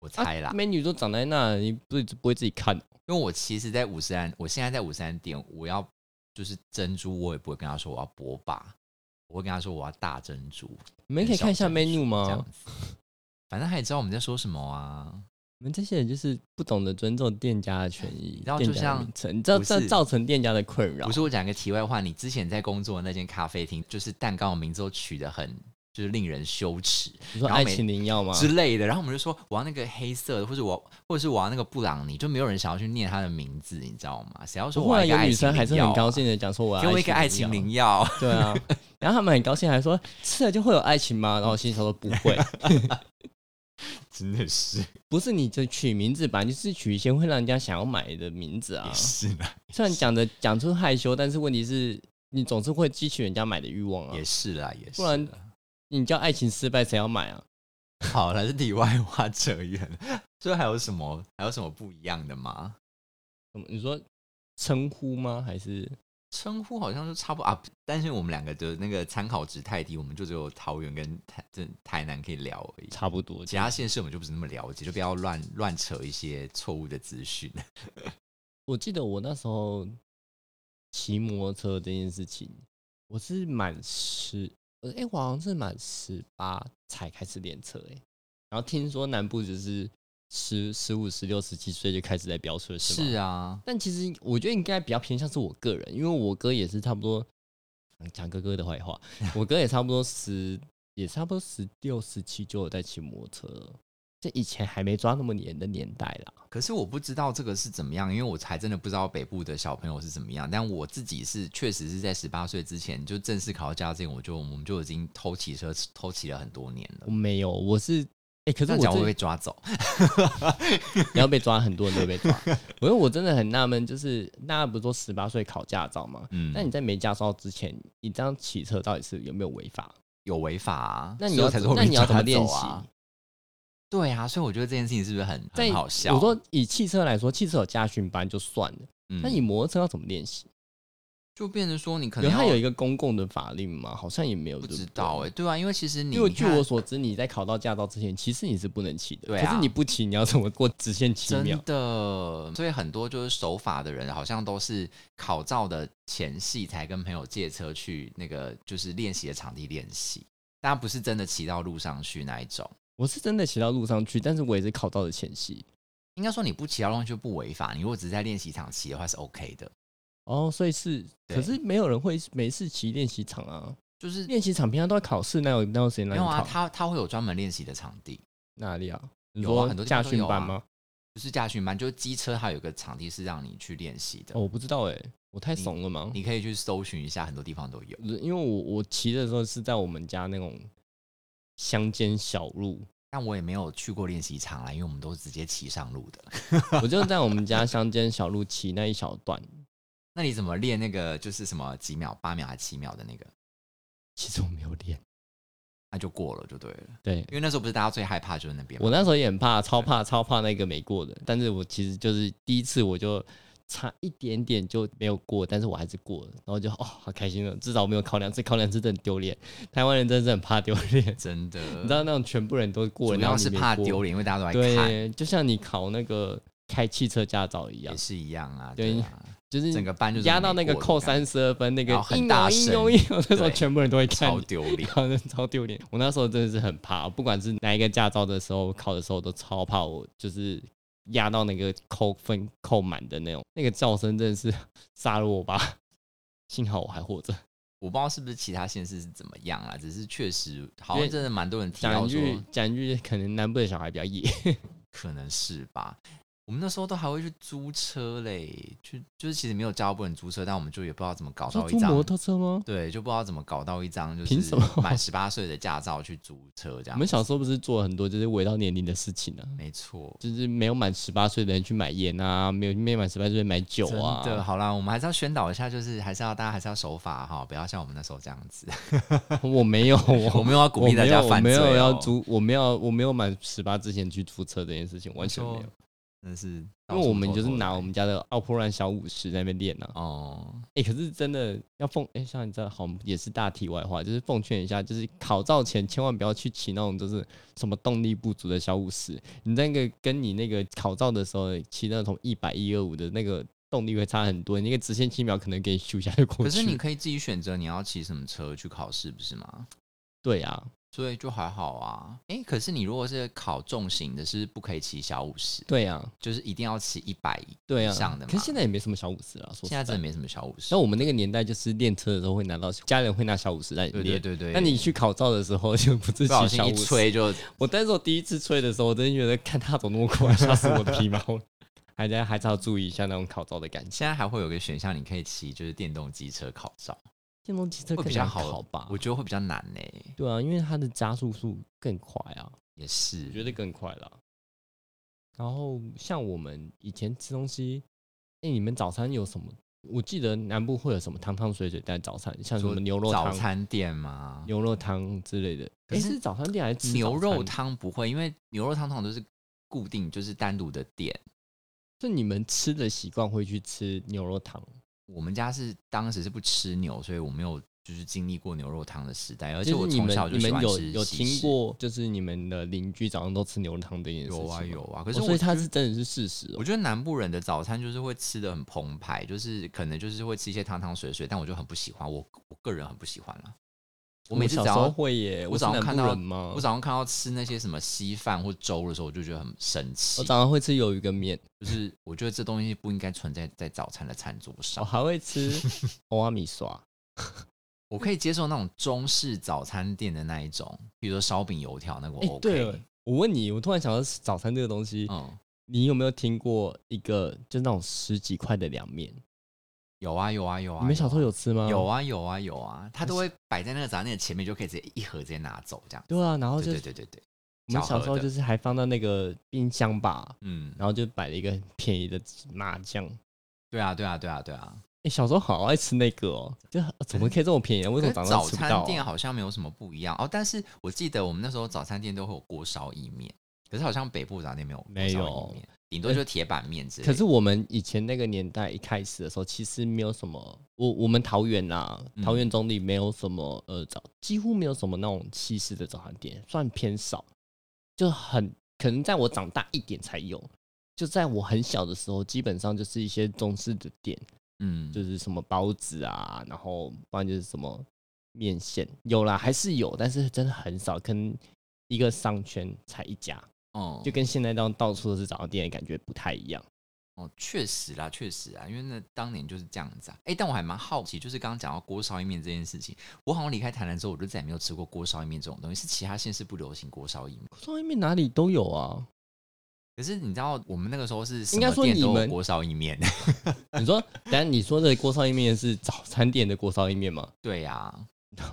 S1: 我猜啦。
S2: 啊、美女都长在那，你不不会自己看？
S1: 因为我其实，在五十安，我现在在五十安店，我要就是珍珠，我也不会跟他说我要波霸，我会跟他说我要大珍珠，
S2: 你们可以看一下
S1: 小珍珠
S2: menu
S1: 这
S2: 吗
S1: 样？子。反正他也知道我们在说什么啊。
S2: 你们这些人就是不懂得尊重店家的权益，
S1: 然后
S2: 店
S1: 就
S2: 家的
S1: 像
S2: 名称，这
S1: 不
S2: 这
S1: 是
S2: 造成店家的困扰
S1: 不。是我讲一个题外话，你之前在工作的那间咖啡厅，就是蛋糕的名字都取得很就是令人羞耻
S2: 你说
S1: 然后
S2: 爱
S1: 每
S2: 情灵药吗？
S1: 之类的，然后我们就说我要那个黑色的，或者我或者是我要那个布朗尼，就没有人想要去念他的名字，你知道吗？谁要说
S2: 不
S1: 我
S2: 会
S1: 要一个
S2: 啊有
S1: 爱
S2: 女
S1: 情
S2: 生还是
S1: 灵药
S2: 很
S1: 啊
S2: 高兴的讲说我要
S1: 给我一个爱情
S2: 灵药，
S1: 灵药。
S2: 对啊，然后他们很高兴还说吃了就会有爱情吗？然后我心里想说不会，
S1: 真的是
S2: 不是你这取名字吧，你是取一些会让人家想要买的名字 啊
S1: 也。是啦，
S2: 虽然讲的讲出害羞，但是问题是你总是会激起人家买的欲望啊
S1: 也。是啦，也是
S2: 不然
S1: 啦
S2: 你叫爱情失败，谁要买啊？
S1: 好了，是题外话扯远 了。所以还有什么还有什么不一样的吗？
S2: 什么？你说称呼吗？还是
S1: 称呼好像就差不多啊，但是我们两个的那个参考值太低，我们就只有桃园跟台这台南可以聊而已。
S2: 差不多？
S1: 其他县市我们就不是那么了解，就不要乱乱扯一些错误的资讯。
S2: 我记得我那时候骑摩托车这件事情，我是满十，呃，哎、我好像是满十八才开始练车、哎，然后听说南部就是十十五、十六、十七岁就开始在飙车，是吗？
S1: 是啊，
S2: 但其实我觉得应该比较偏向是我个人，因为我哥也是差不多嗯讲哥哥的坏话，我哥也差不多十，也差不多十六、十七就有在骑摩托车了，这以前还没抓那么严的年代啦。
S1: 可是我不知道这个是怎么样，因为我才真的不知道北部的小朋友是怎么样。但我自己是确实是在十八岁之前就正式考到驾照之前，我就我们就已经偷骑车偷骑了很多年了
S2: 我。没有，我是哎、可
S1: 这样
S2: 是我
S1: 讲会
S2: 这
S1: 被抓走，
S2: 你要被抓，很多人都被抓。我因为我真的很纳闷，就是大家不是说十八岁考驾照吗？
S1: 嗯，
S2: 那你在没驾照之前，你这样骑车到底是有没有违法？
S1: 有违法、啊？
S2: 那你
S1: 所以
S2: 要
S1: 我才说我
S2: 那
S1: 被
S2: 你要怎
S1: 抓
S2: 么练
S1: 走
S2: 习？
S1: 啊？对啊，所以我觉得这件事情是不是很
S2: 在
S1: 很好笑？
S2: 我说以汽车来说，汽车有驾训班就算了，
S1: 嗯，
S2: 那、你摩托车要怎么练习？
S1: 就变成说你可
S2: 有
S1: 能
S2: 它
S1: 要
S2: 有一个公共的法令吗？好像也没有，
S1: 不
S2: 对
S1: 知
S2: 对
S1: 道哎、对啊，因为其实你
S2: 因为
S1: 你
S2: 据
S1: 看
S2: 我所知，你在考到驾照之前，其实你是不能骑的。
S1: 对啊
S2: 可是你不骑，你要怎么过直线七
S1: 真
S2: 秒？
S1: 的，所以很多就是守法的人，好像都是考照的前戏才跟朋友借车去那个就是练习的场地练习，大家不是真的骑到路上去那一种。
S2: 我是真的骑到路上去，但是我也是考到的前夕。
S1: 应该说你不骑到路上去就不违法，你如果只是在练习场骑的话是 OK 的，
S2: 哦，所以是，
S1: 对
S2: 可是没有人会没事骑练习场啊。
S1: 就是
S2: 练习场平常都在考试，那有那有时间
S1: 没
S2: 让你
S1: 有啊，
S2: 考
S1: 他他会有专门练习的场地，
S2: 哪里啊？你
S1: 有啊
S2: 说
S1: 很多地
S2: 驾
S1: 方都
S2: 训
S1: 有啊
S2: 班吗？
S1: 不是驾训班，就是机车它有一个场地是让你去练习的，
S2: 哦，我不知道哎、我太怂了吗？
S1: 啊你可以去搜寻一下，很多地方都有。
S2: 因为我我骑的时候是在我们家那种乡间小路，
S1: 但我也没有去过练习场啦，因为我们都是直接骑上路的。
S2: 我就在我们家乡间小路骑那一小段，
S1: 那你怎么练那个就是什么几秒、八秒还七秒的那个？
S2: 其实我没有 练。
S1: 那就过了就对了，
S2: 对
S1: 因为那时候不是大家最害怕就是那边吗
S2: 我那时候也很怕，超怕超怕那个没过的，但是我其实就是第一次我就差一点点就没有过，但是我还是过了，然后就哦好开心了，至少我没有考两次，考两次真的很丢脸。台湾人真的是很怕丢脸，
S1: 真的，
S2: 你知道那种全部人都过了，
S1: 呃主
S2: 然后
S1: 要
S2: 你
S1: 是
S2: 没
S1: 怕
S2: 过
S1: 丢，脸，因为大家都在看，
S2: 对，就像你考那个开汽车驾照一样
S1: 也，是一样啊，
S2: 对
S1: 对啊，
S2: 就是
S1: 整个班就是
S2: 压到那个
S1: 没过的
S2: 扣
S1: 这样
S2: 三十二分，那个
S1: 然后很
S2: 一
S1: 大
S2: 扭一
S1: 声
S2: 扭一扭，那时候
S1: 对
S2: 全部人都会 看
S1: 超
S2: 你，
S1: 丢脸
S2: 然。后真的超丢脸。我那时候真的是很怕，不管是哪一个驾照的时候，考的时候都超怕，我就是压到那个扣分 扣满的那种，那个叫声真的是杀了我吧。幸好我还活着，
S1: 我不知道是不是其他县市是怎么样啊，只是确实好
S2: 因
S1: 像
S2: 为
S1: 真的蛮多人提
S2: 讲
S1: 到
S2: 一句
S1: 说，
S2: 讲一句，可能南部的小孩比 较野，
S1: 可能是吧。我们那时候都还会去租车嘞，去就是其实没有教不能租车，但我们就也不知道怎么搞到
S2: 说
S1: 一
S2: 租
S1: 张
S2: 摩，托车吗？
S1: 对，就不知道怎么搞到一张就
S2: 凭
S1: 是
S2: 什么
S1: 满十八岁的驾照去租车这
S2: 我
S1: 样
S2: 们。小时候不是做很多就是违到年龄的事情啊，
S1: 没错，
S2: 就是没有满十八岁的人去买烟啊，没有没有满十八岁的人买酒啊。
S1: 真的，好啦，我们还是要宣导一下，就是还是要大家还是要守法哈，不要像我们那时候这样子。
S2: 我 没有，
S1: 我
S2: 我
S1: 没有要鼓励大家
S2: 我
S1: 犯
S2: 没
S1: 罪、
S2: 有
S1: 哦，
S2: 我没有要租，我没有我没有满十八之前去租车这件事情完全没有
S1: 没错，真的是，
S2: 因为我们就是拿我们家的奥普兰小五十在那边练啊。
S1: 哦，
S2: 哎、可是真的要奉哎、像你知道，好也是大题外话，就是奉劝一下，就是考照前千万不要去骑那种就是什么动力不足的小五十，你那个跟你那个考照的时候骑那种一百一二五的那个动力会差很多，你那个直线七秒可能给你咻一下就过去。
S1: 可是你可以自己选择你要骑什么车去考试，不是吗？
S2: 对啊，
S1: 所以就还好啊。哎、可是你如果是考重型的，是不可以骑小五十，
S2: 对啊，
S1: 就是一定要骑一百。
S2: 对啊，
S1: 以上的嘛
S2: 可是现在也没什么小五十了，说实
S1: 现在真的
S2: 在。
S1: 没什么小五十
S2: 那。我们那个年代就是练车的时候会拿到，家人会拿小五十来
S1: 对
S2: 练。
S1: 对对对，
S2: 那你去考照的时候就不是
S1: 不小
S2: 骑
S1: 心
S2: 小
S1: 一
S2: 五十，
S1: 吹就
S2: 我那时候第一次吹的时候，我真的觉得看他走那 么快，吓死我的皮毛了。还在还是要注意一下那种考照的感觉。
S1: 现在还会有个选项，你可以骑就是电动机车考照，啊
S2: 电动汽车
S1: 会
S2: 更
S1: 比较
S2: 难
S1: 好
S2: 考吧？
S1: 我觉得会比较难呢、
S2: 对啊，因为它的加速速更快啊，
S1: 也是，
S2: 我觉得更快了。然后像我们以前吃东西，哎、你们早餐有什么？我记得南部会有什么汤汤水水带早餐，像什么
S1: 说
S2: 牛肉
S1: 早
S2: 汤、
S1: 餐店吗？
S2: 牛肉汤之类的。
S1: 可
S2: 哎、
S1: 是
S2: 是早餐店还是吃
S1: 牛
S2: 早餐
S1: 肉？汤不会，因为牛肉汤通常都是固定，就是单独的店。
S2: 就你们吃的习惯会去吃牛肉汤？
S1: 我们家是当时是不吃牛，所以我没有就是经历过牛肉汤的时代，而且
S2: 就
S1: 我
S2: 是你
S1: 从
S2: 们
S1: 小就
S2: 你
S1: 喜
S2: 们
S1: 欢
S2: 有
S1: 吃
S2: 有
S1: 西
S2: 听
S1: 式
S2: 过，就是你们的邻居早上都吃牛肉汤这件事情
S1: 有啊
S2: 吗
S1: 有
S2: 哦
S1: 啊，可是我、
S2: 所以它是真的是事实哦
S1: 我。觉得南部人的早餐就是会吃的很澎湃，就是可能就是会吃一些汤汤水水，但我就很不喜欢，我我个人很不喜欢了。我每次
S2: 小
S1: 只
S2: 时候
S1: 要
S2: 会耶，
S1: 我
S2: 我是
S1: 早上
S2: 南
S1: 看
S2: 部
S1: 到
S2: 人吗？
S1: 我早上看到吃那些什么稀饭或粥的时候，我就觉得很生气
S2: 我，早上会吃鱿鱼跟面，
S1: 就是我觉得这东西不应该存在在早餐的餐桌上
S2: 我。还会 吃欧阿米刷。
S1: 我可以接受那种中式早餐店的那一种，比如说烧饼、油条那个我
S2: 哎、
S1: 哦 OK。
S2: 对了，我问你，我突然想到早餐这个东西，
S1: 嗯，
S2: 你有没有听过一个就是那种十几块的凉面？
S1: 有啊有啊有啊。
S2: 你们小时候有吃吗？
S1: 有。啊有啊有啊，它都会摆在那个早餐店的前面，就可以直接一盒直接拿走这样。
S2: 对啊，然后就
S1: 对
S2: 是
S1: 对对对对，
S2: 我们小时候
S1: 小盒的
S2: 就是还放到那个冰箱吧，
S1: 嗯，
S2: 然后就摆了一个很便宜的麻酱。
S1: 对啊对啊对啊对啊。
S2: 哎、小时候好爱吃那个哦，就怎么可以这么便宜啊？为什
S1: 可
S2: 么
S1: 是
S2: 长大
S1: 早
S2: 吃不到、
S1: 餐店
S2: 啊？
S1: 好像没有什么不一样哦，但是我记得我们那时候早餐店都会有锅烧意面，可是好像北部早餐店没有锅
S2: 没
S1: 烧
S2: 有
S1: 意面，顶多就是铁板面之类的。
S2: 可是我们以前那个年代一开始的时候，其实没有什么，我我们桃园啦，
S1: 嗯
S2: 桃园中立没有什么呃早，几乎没有什么那种西式的早餐店，算偏少，就很可能在我长大一点才有。就在我很小的时候，基本上就是一些中式的店，
S1: 嗯，
S2: 就是什么包子啊，然后不然就是什么面线，有啦，还是有，但是真的很少，跟一个商圈才一家，
S1: 哦
S2: 就跟现在到到处都是早餐店的感觉不太一样。
S1: 哦，确实啦，确实啊，因为那当年就是这样子啊。哎、但我还蛮好奇，就是刚刚讲到锅烧意面这件事情，我好像离开台南之后，我就再也没有吃过锅烧意面这种东西，是其他县市不流行锅烧意面。
S2: 锅烧意面哪里都有啊。
S1: 可是你知道，我们那个时候是什
S2: 应该
S1: 么
S2: 说
S1: 店
S2: 你
S1: 都有
S2: 们
S1: 锅烧意面？
S2: 你 说，等下你说的锅烧意面是早餐店的锅烧意面吗？
S1: 对呀、啊，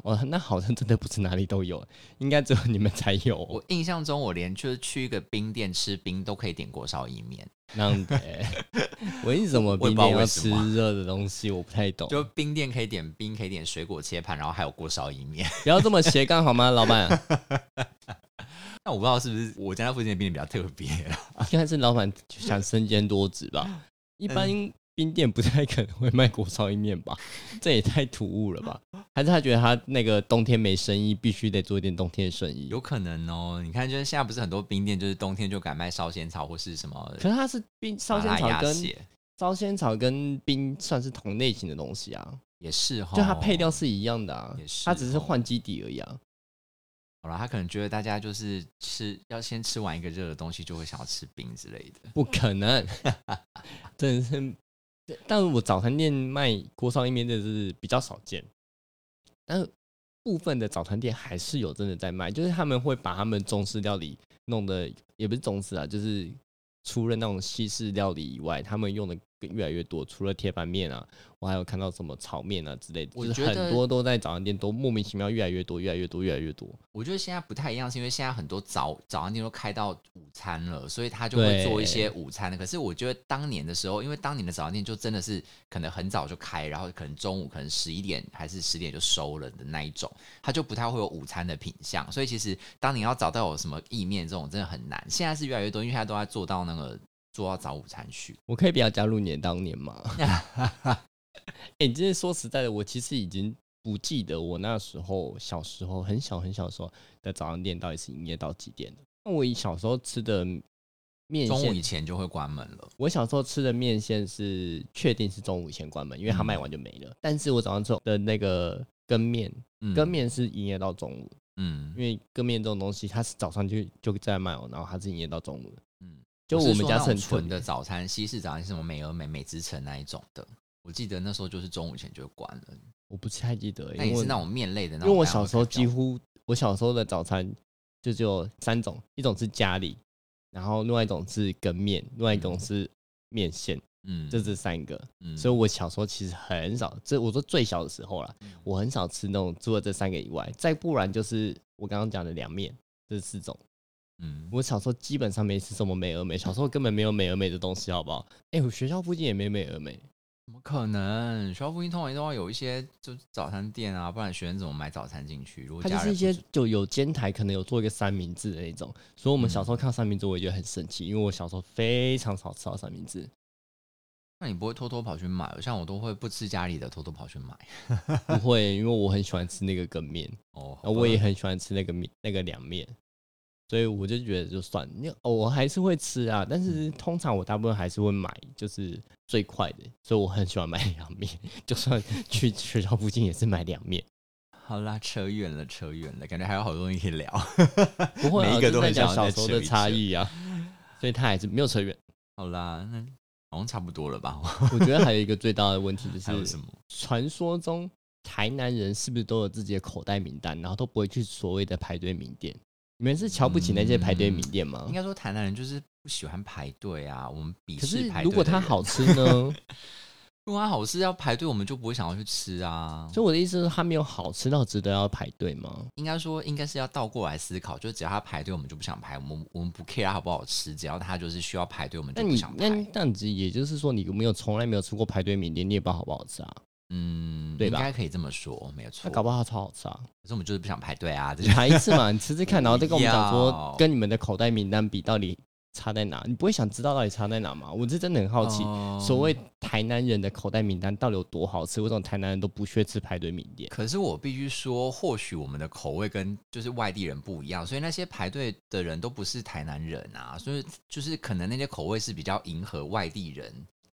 S2: 哦，那好像真的不是哪里都有，应该只有你们才有。
S1: 我印象中我连就是去一个冰店吃冰都可以点锅烧意面，
S2: 那样的、欸 为什么
S1: 我也不知
S2: 冰
S1: 道
S2: 店要
S1: 为什
S2: 吃
S1: 么
S2: 热的东西？我不太懂。
S1: 就冰店可以点冰，可以点水果切盘，然后还有锅烧意面。
S2: 不要这么斜杠好吗，老板？
S1: 那我不知道是不是我家那附近的冰店比较特别啊啦。
S2: 应该是老板想身兼多职
S1: 嗯
S2: 吧。一般冰店不太可能会卖锅烧意面吧？这也太突兀 了吧？还是他觉得他那个冬天没生意，必须得做一点冬天的生意？
S1: 有可能哦，你看，就是现在不是很多冰店，就是冬天就敢卖烧仙草或是什么
S2: 可是它是冰烧仙
S1: 麻辣
S2: 草
S1: 鸭
S2: 跟
S1: 血
S2: 烧仙草跟冰算是同类型的东西啊，
S1: 也是哈，
S2: 就它配料是一样的啊
S1: 哦也，是
S2: 它只是
S1: 哦
S2: 换基底而已啊。
S1: 好了，他可能觉得大家就是吃要先吃完一个热的东西，就会想要吃冰之类的。
S2: 不可能， 真的是。但我早餐店卖锅烧意面真的是比较少见，但是部分的早餐店还是有真的在卖，就是他们会把他们中式料理弄得也不是中式啊，就是除了那种西式料理以外，他们用的越来越多，除了铁板面啊，我还有看到什么炒面啊之类的，
S1: 我
S2: 就
S1: 觉
S2: 是
S1: 得
S2: 很多都在早餐店都莫名其妙越来越多，越来越多，越来越多。
S1: 我觉得现在不太一样，是因为现在很多早早餐店都开到午餐了，所以他就会
S2: 对
S1: 做一些午餐的。可是我觉得当年的时候，因为当年的早餐店就真的是可能很早就开，然后可能中午可能十一点还是十点就收了的那一种，它就不太会有午餐的品相。所以其实当你要找到有什么意面这种，真的很难。现在是越来越多，因为现在都在做到那个做到早午餐去。
S2: 我可以不要加入你的当年 吗？哎、你今天说实在的，我其实已经不记得我那时候小时候很小很小的时候的早餐店到底是营业到几点的。那我以小时候吃的面
S1: 中午
S2: 线，
S1: 以前就会关门了。
S2: 我小时候吃的面线是确定是中午以前关门，因为
S1: 嗯
S2: 它卖完就没了。但是我早上吃的那个羹面，
S1: 嗯
S2: 羹面是营业到中午，
S1: 嗯
S2: 因为羹面这种东西它是早上就就在卖哦，然后它是营业到中午的。
S1: 嗯，
S2: 就
S1: 我是
S2: 我们
S1: 说
S2: 家
S1: 那
S2: 是很
S1: 种
S2: 特
S1: 纯
S2: 别
S1: 的早餐，西式早餐是什么美而美、美之城那一种的。我记得那时候就是中午前就关了。
S2: 我不太记得，欸
S1: 那
S2: 因
S1: 也
S2: 为
S1: 是那种面类的那
S2: 因
S1: 种。
S2: 为我小时候几，乎，我小时候的早餐就只有三种，一种是家里，然后另外一种是羹面，另外一种是面线，
S1: 嗯，
S2: 就这三个。
S1: 嗯
S2: 所以我小时候其实很少，这我说最小的时候啦，我很少吃那种除了这三个以外，再不然就是我刚刚讲的凉面。这四种，
S1: 嗯，
S2: 我小时候基本上没吃什么美而美，小时候根本没有美而美的东西，好不好？哎、我学校附近也没美而美，
S1: 怎么可能？学校附近通常都要有一些就是早餐店啊，不然学生怎么买早餐进去？如果
S2: 它就
S1: 家
S2: 是
S1: 人
S2: 一些就有煎台，可能有做一个三明治的那种。所以我们
S1: 嗯
S2: 小时候看到三明治，我也觉得很生气，因为我小时候非常少吃到三明治，
S1: 那你不会偷偷跑去买？像我都会不吃家里的，偷偷跑去买。
S2: 不会，因为我很喜欢吃那个 羹面，
S1: 哦，
S2: 然后啊我也很喜欢吃那个面那个凉面，所以我就觉得就算了，那偶尔还是会吃啊，但是
S1: 嗯
S2: 通常我大部分还是会买，就是最快的，所以我很喜欢买 凉面，就算 去学校附近也是买凉面。
S1: 好啦，扯远了，扯远了，感觉还有好多东西可以聊。
S2: 不会、啊，
S1: 每一个
S2: 就
S1: 都
S2: 在
S1: 很
S2: 讲
S1: 想要
S2: 小
S1: 再
S2: 时候
S1: 吃
S2: 的
S1: 一
S2: 差
S1: 次
S2: 异啊，所以他还是没有扯远。
S1: 好啦，那好像差不多了吧？
S2: 我觉得还有一个最大的问题就
S1: 还有什
S2: 是，
S1: 么？
S2: 传说中台南人是不是都有自己的口袋名单，然后都不会去所谓的排队名店？你们是瞧不起那些排队名店吗？
S1: 嗯应该说台南人就是不喜欢排队啊，我们鄙
S2: 可是
S1: 视排队。
S2: 如果它，好吃 呢？
S1: 如果它好吃要排队，我们就不会想要去吃啊。
S2: 所以我的意思是，它没有好吃到值得要排队吗？
S1: 应该说，应该是要倒过来思考，就是只要他排队，我们就不想排，我们我们不 care 它好不好吃，只要他就是需要排队，我们
S2: 那
S1: 就不
S2: 你
S1: 想
S2: 那
S1: 排。
S2: 这样子，也就是说，你有没有从来没有吃过排队名店，你也不知道好不好吃啊？
S1: 嗯，
S2: 对
S1: 应
S2: 吧
S1: 该可以这么说，没有错。
S2: 那搞不好它超好吃啊！
S1: 可是我们就是不想排队啊，这
S2: 你
S1: 就
S2: 排一 次嘛，你吃吃看，然后再跟我们讲
S1: 不
S2: 说
S1: 要，
S2: 跟你们的口袋名单比，到底差在哪？你不会想知道到底差在哪吗？我是真的很好奇，
S1: 哦
S2: 所谓台南人的口袋名单到底有多好吃？为什么台南人都不屑吃排队名店？
S1: 可是我必须说，或许我们的口味跟就是外地人不一样，所以那些排队的人都不是台南人啊，所以就是可能那些口味是比较迎合外地人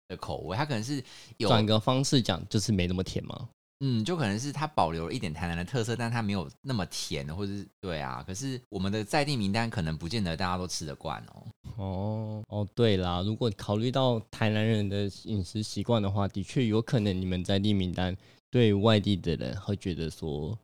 S1: 的口味，他可能是有
S2: 转个方式讲，就是没那么甜吗？
S1: 嗯，就可能是它保留了一点台南的特色，但它没有那么甜，或者是对啊。可是我们的在地名单可能不见得大家都吃得惯哦。
S2: 哦哦，对啦，如果考虑到台南人的饮食习惯的话，的确有可能你们在地名单对外地的人会觉得说，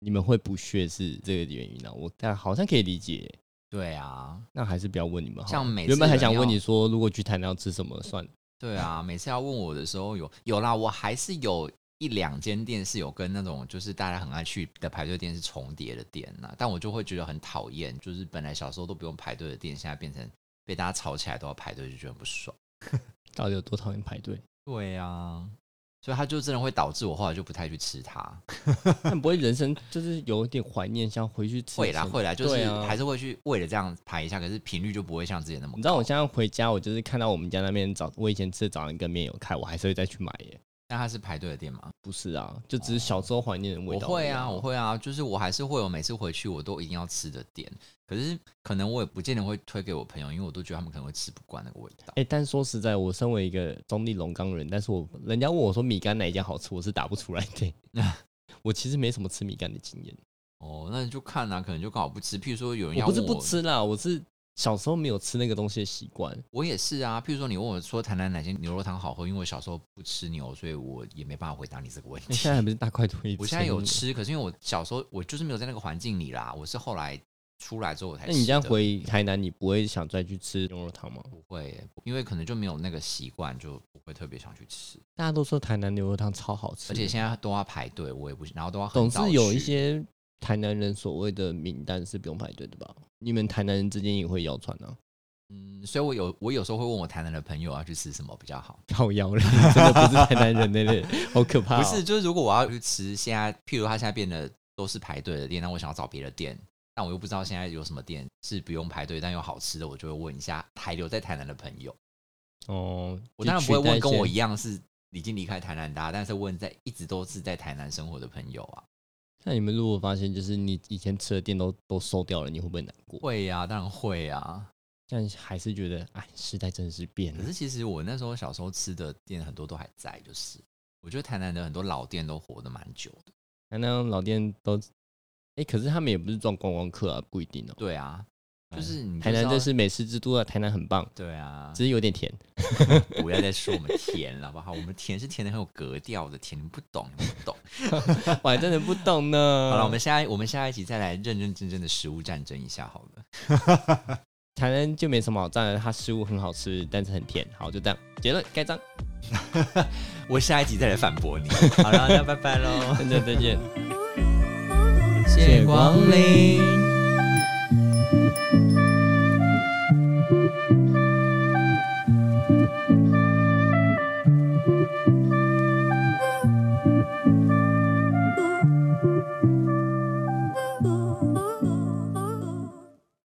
S2: 你们会不屑是这个原因呢、我但好像可以理解，
S1: 对啊，
S2: 那还是不要问你们好了。
S1: 像每次
S2: 原本还
S1: 人
S2: 想
S1: 要
S2: 问你说，如果去台南要吃什么，算了。
S1: 对啊。每次要问我的时候有，有啦，我还是有一两间店是有跟那种就是大家很爱去的排队店是重叠的店呐、但我就会觉得很讨厌，就是本来小时候都不用排队的店，现在变成被大家吵起来都要排队，就觉得很不爽。
S2: 到底有多讨厌 排队？
S1: 对啊，所以它就真的会导致我后来就不太去吃它。
S2: 但不会人生就是有点怀念，像回去吃
S1: 会啦
S2: 前
S1: 会啦，就是
S2: 对啊
S1: 还是会去为了这样排一下，可是频率就不会像之前那么高。
S2: 你知道我现在回家，我就是看到我们家那边早，我以前吃的早餐跟面有开，我还是会再去买耶。
S1: 那它是排队的店吗？
S2: 不是啊，就只是小时候怀念的味
S1: 我
S2: 道。
S1: 会啊，我。会啊，就是我还是会有每次回去我都一定要吃的店，可是可能我也不见得会推给我朋友，因为我都觉得他们可能会吃不惯那个味道。
S2: 哎、但说实在，我身为一个中立龙岗人，但是我人家问我说米干哪一家好吃，我是答不出来 的。我其实没什么吃米干的经验，
S1: 哦，那你就看啊，可能就刚好不吃。譬如说有人
S2: 我
S1: 要
S2: 不是
S1: 问
S2: 不吃啦，我是小时候没有吃那个东西的习惯，
S1: 我也是啊。譬如说，你问我说台南哪些牛肉汤好喝，因为我小时候不吃牛，所以我也没办法回答你这个问
S2: 那
S1: 题。
S2: 现在还不是大快朵 颐？
S1: 我现在有，吃，可是因为我小时候我就是没有在那个环境里啦，我是后来出来之后我才吃
S2: 那
S1: 的。
S2: 你这样回台南，你不会想再去吃牛肉汤吗？
S1: 不会耶，因为可能就没有那个习惯，就不会特别想去吃。
S2: 大家都说台南牛肉汤超好吃，
S1: 而且现在都要排队，我也不，然后都要很
S2: 总
S1: 早
S2: 是有一
S1: 去
S2: 些台南人所谓的名单是不用排队的吧？你们台南人之间也会谣传啊，
S1: 嗯，所以我有我有时候会问我台南的朋友要去吃什么比较好。
S2: 靠谣了，真的不是台南人那类，好可怕、哦
S1: 不是，，就是如果我要去吃，现在譬如他现在变得都是排队的店，那我想要找别的店，但我又不知道现在有什么店是不用排队但又好吃的，我就会问一下还留在台南的朋友。
S2: 哦，
S1: 我当然不会问跟我一
S2: 样。
S1: 样是已经离开台南的、啊，但是问在一直都是在台南生活的朋友啊，
S2: 那你们如果发现就是你以前吃的店都都收掉了，你会不会难过？
S1: 会呀、当然会啊。
S2: 但还是觉得，哎，时代真的是变
S1: 可
S2: 了
S1: 是。其实我那时候小时候吃的店很多都还在，就是我觉得台南的很多老店都活得蛮久的。
S2: 那那种老店都，哎、可是他们也不是装观光客啊，不一定哦、
S1: 对啊，就是你就
S2: 台南
S1: 知道
S2: 这是美食之都啊，台南很棒，
S1: 对啊，
S2: 只是有 点甜。
S1: 不要再说我们甜了，好不好？我们甜是甜的很有格调的甜，你们不懂，你们不懂。
S2: 我还真的不懂呢。
S1: 好了，我们下一我们下一集再来认认真真的食物战争一下好了。
S2: 台南就没什么好赞的，它食物很好吃，但是很甜。好，就这样，结论盖章，
S1: 我下一集再来反驳你。 好了，那拜拜喽，
S2: 大家再见。
S1: 谢谢光临。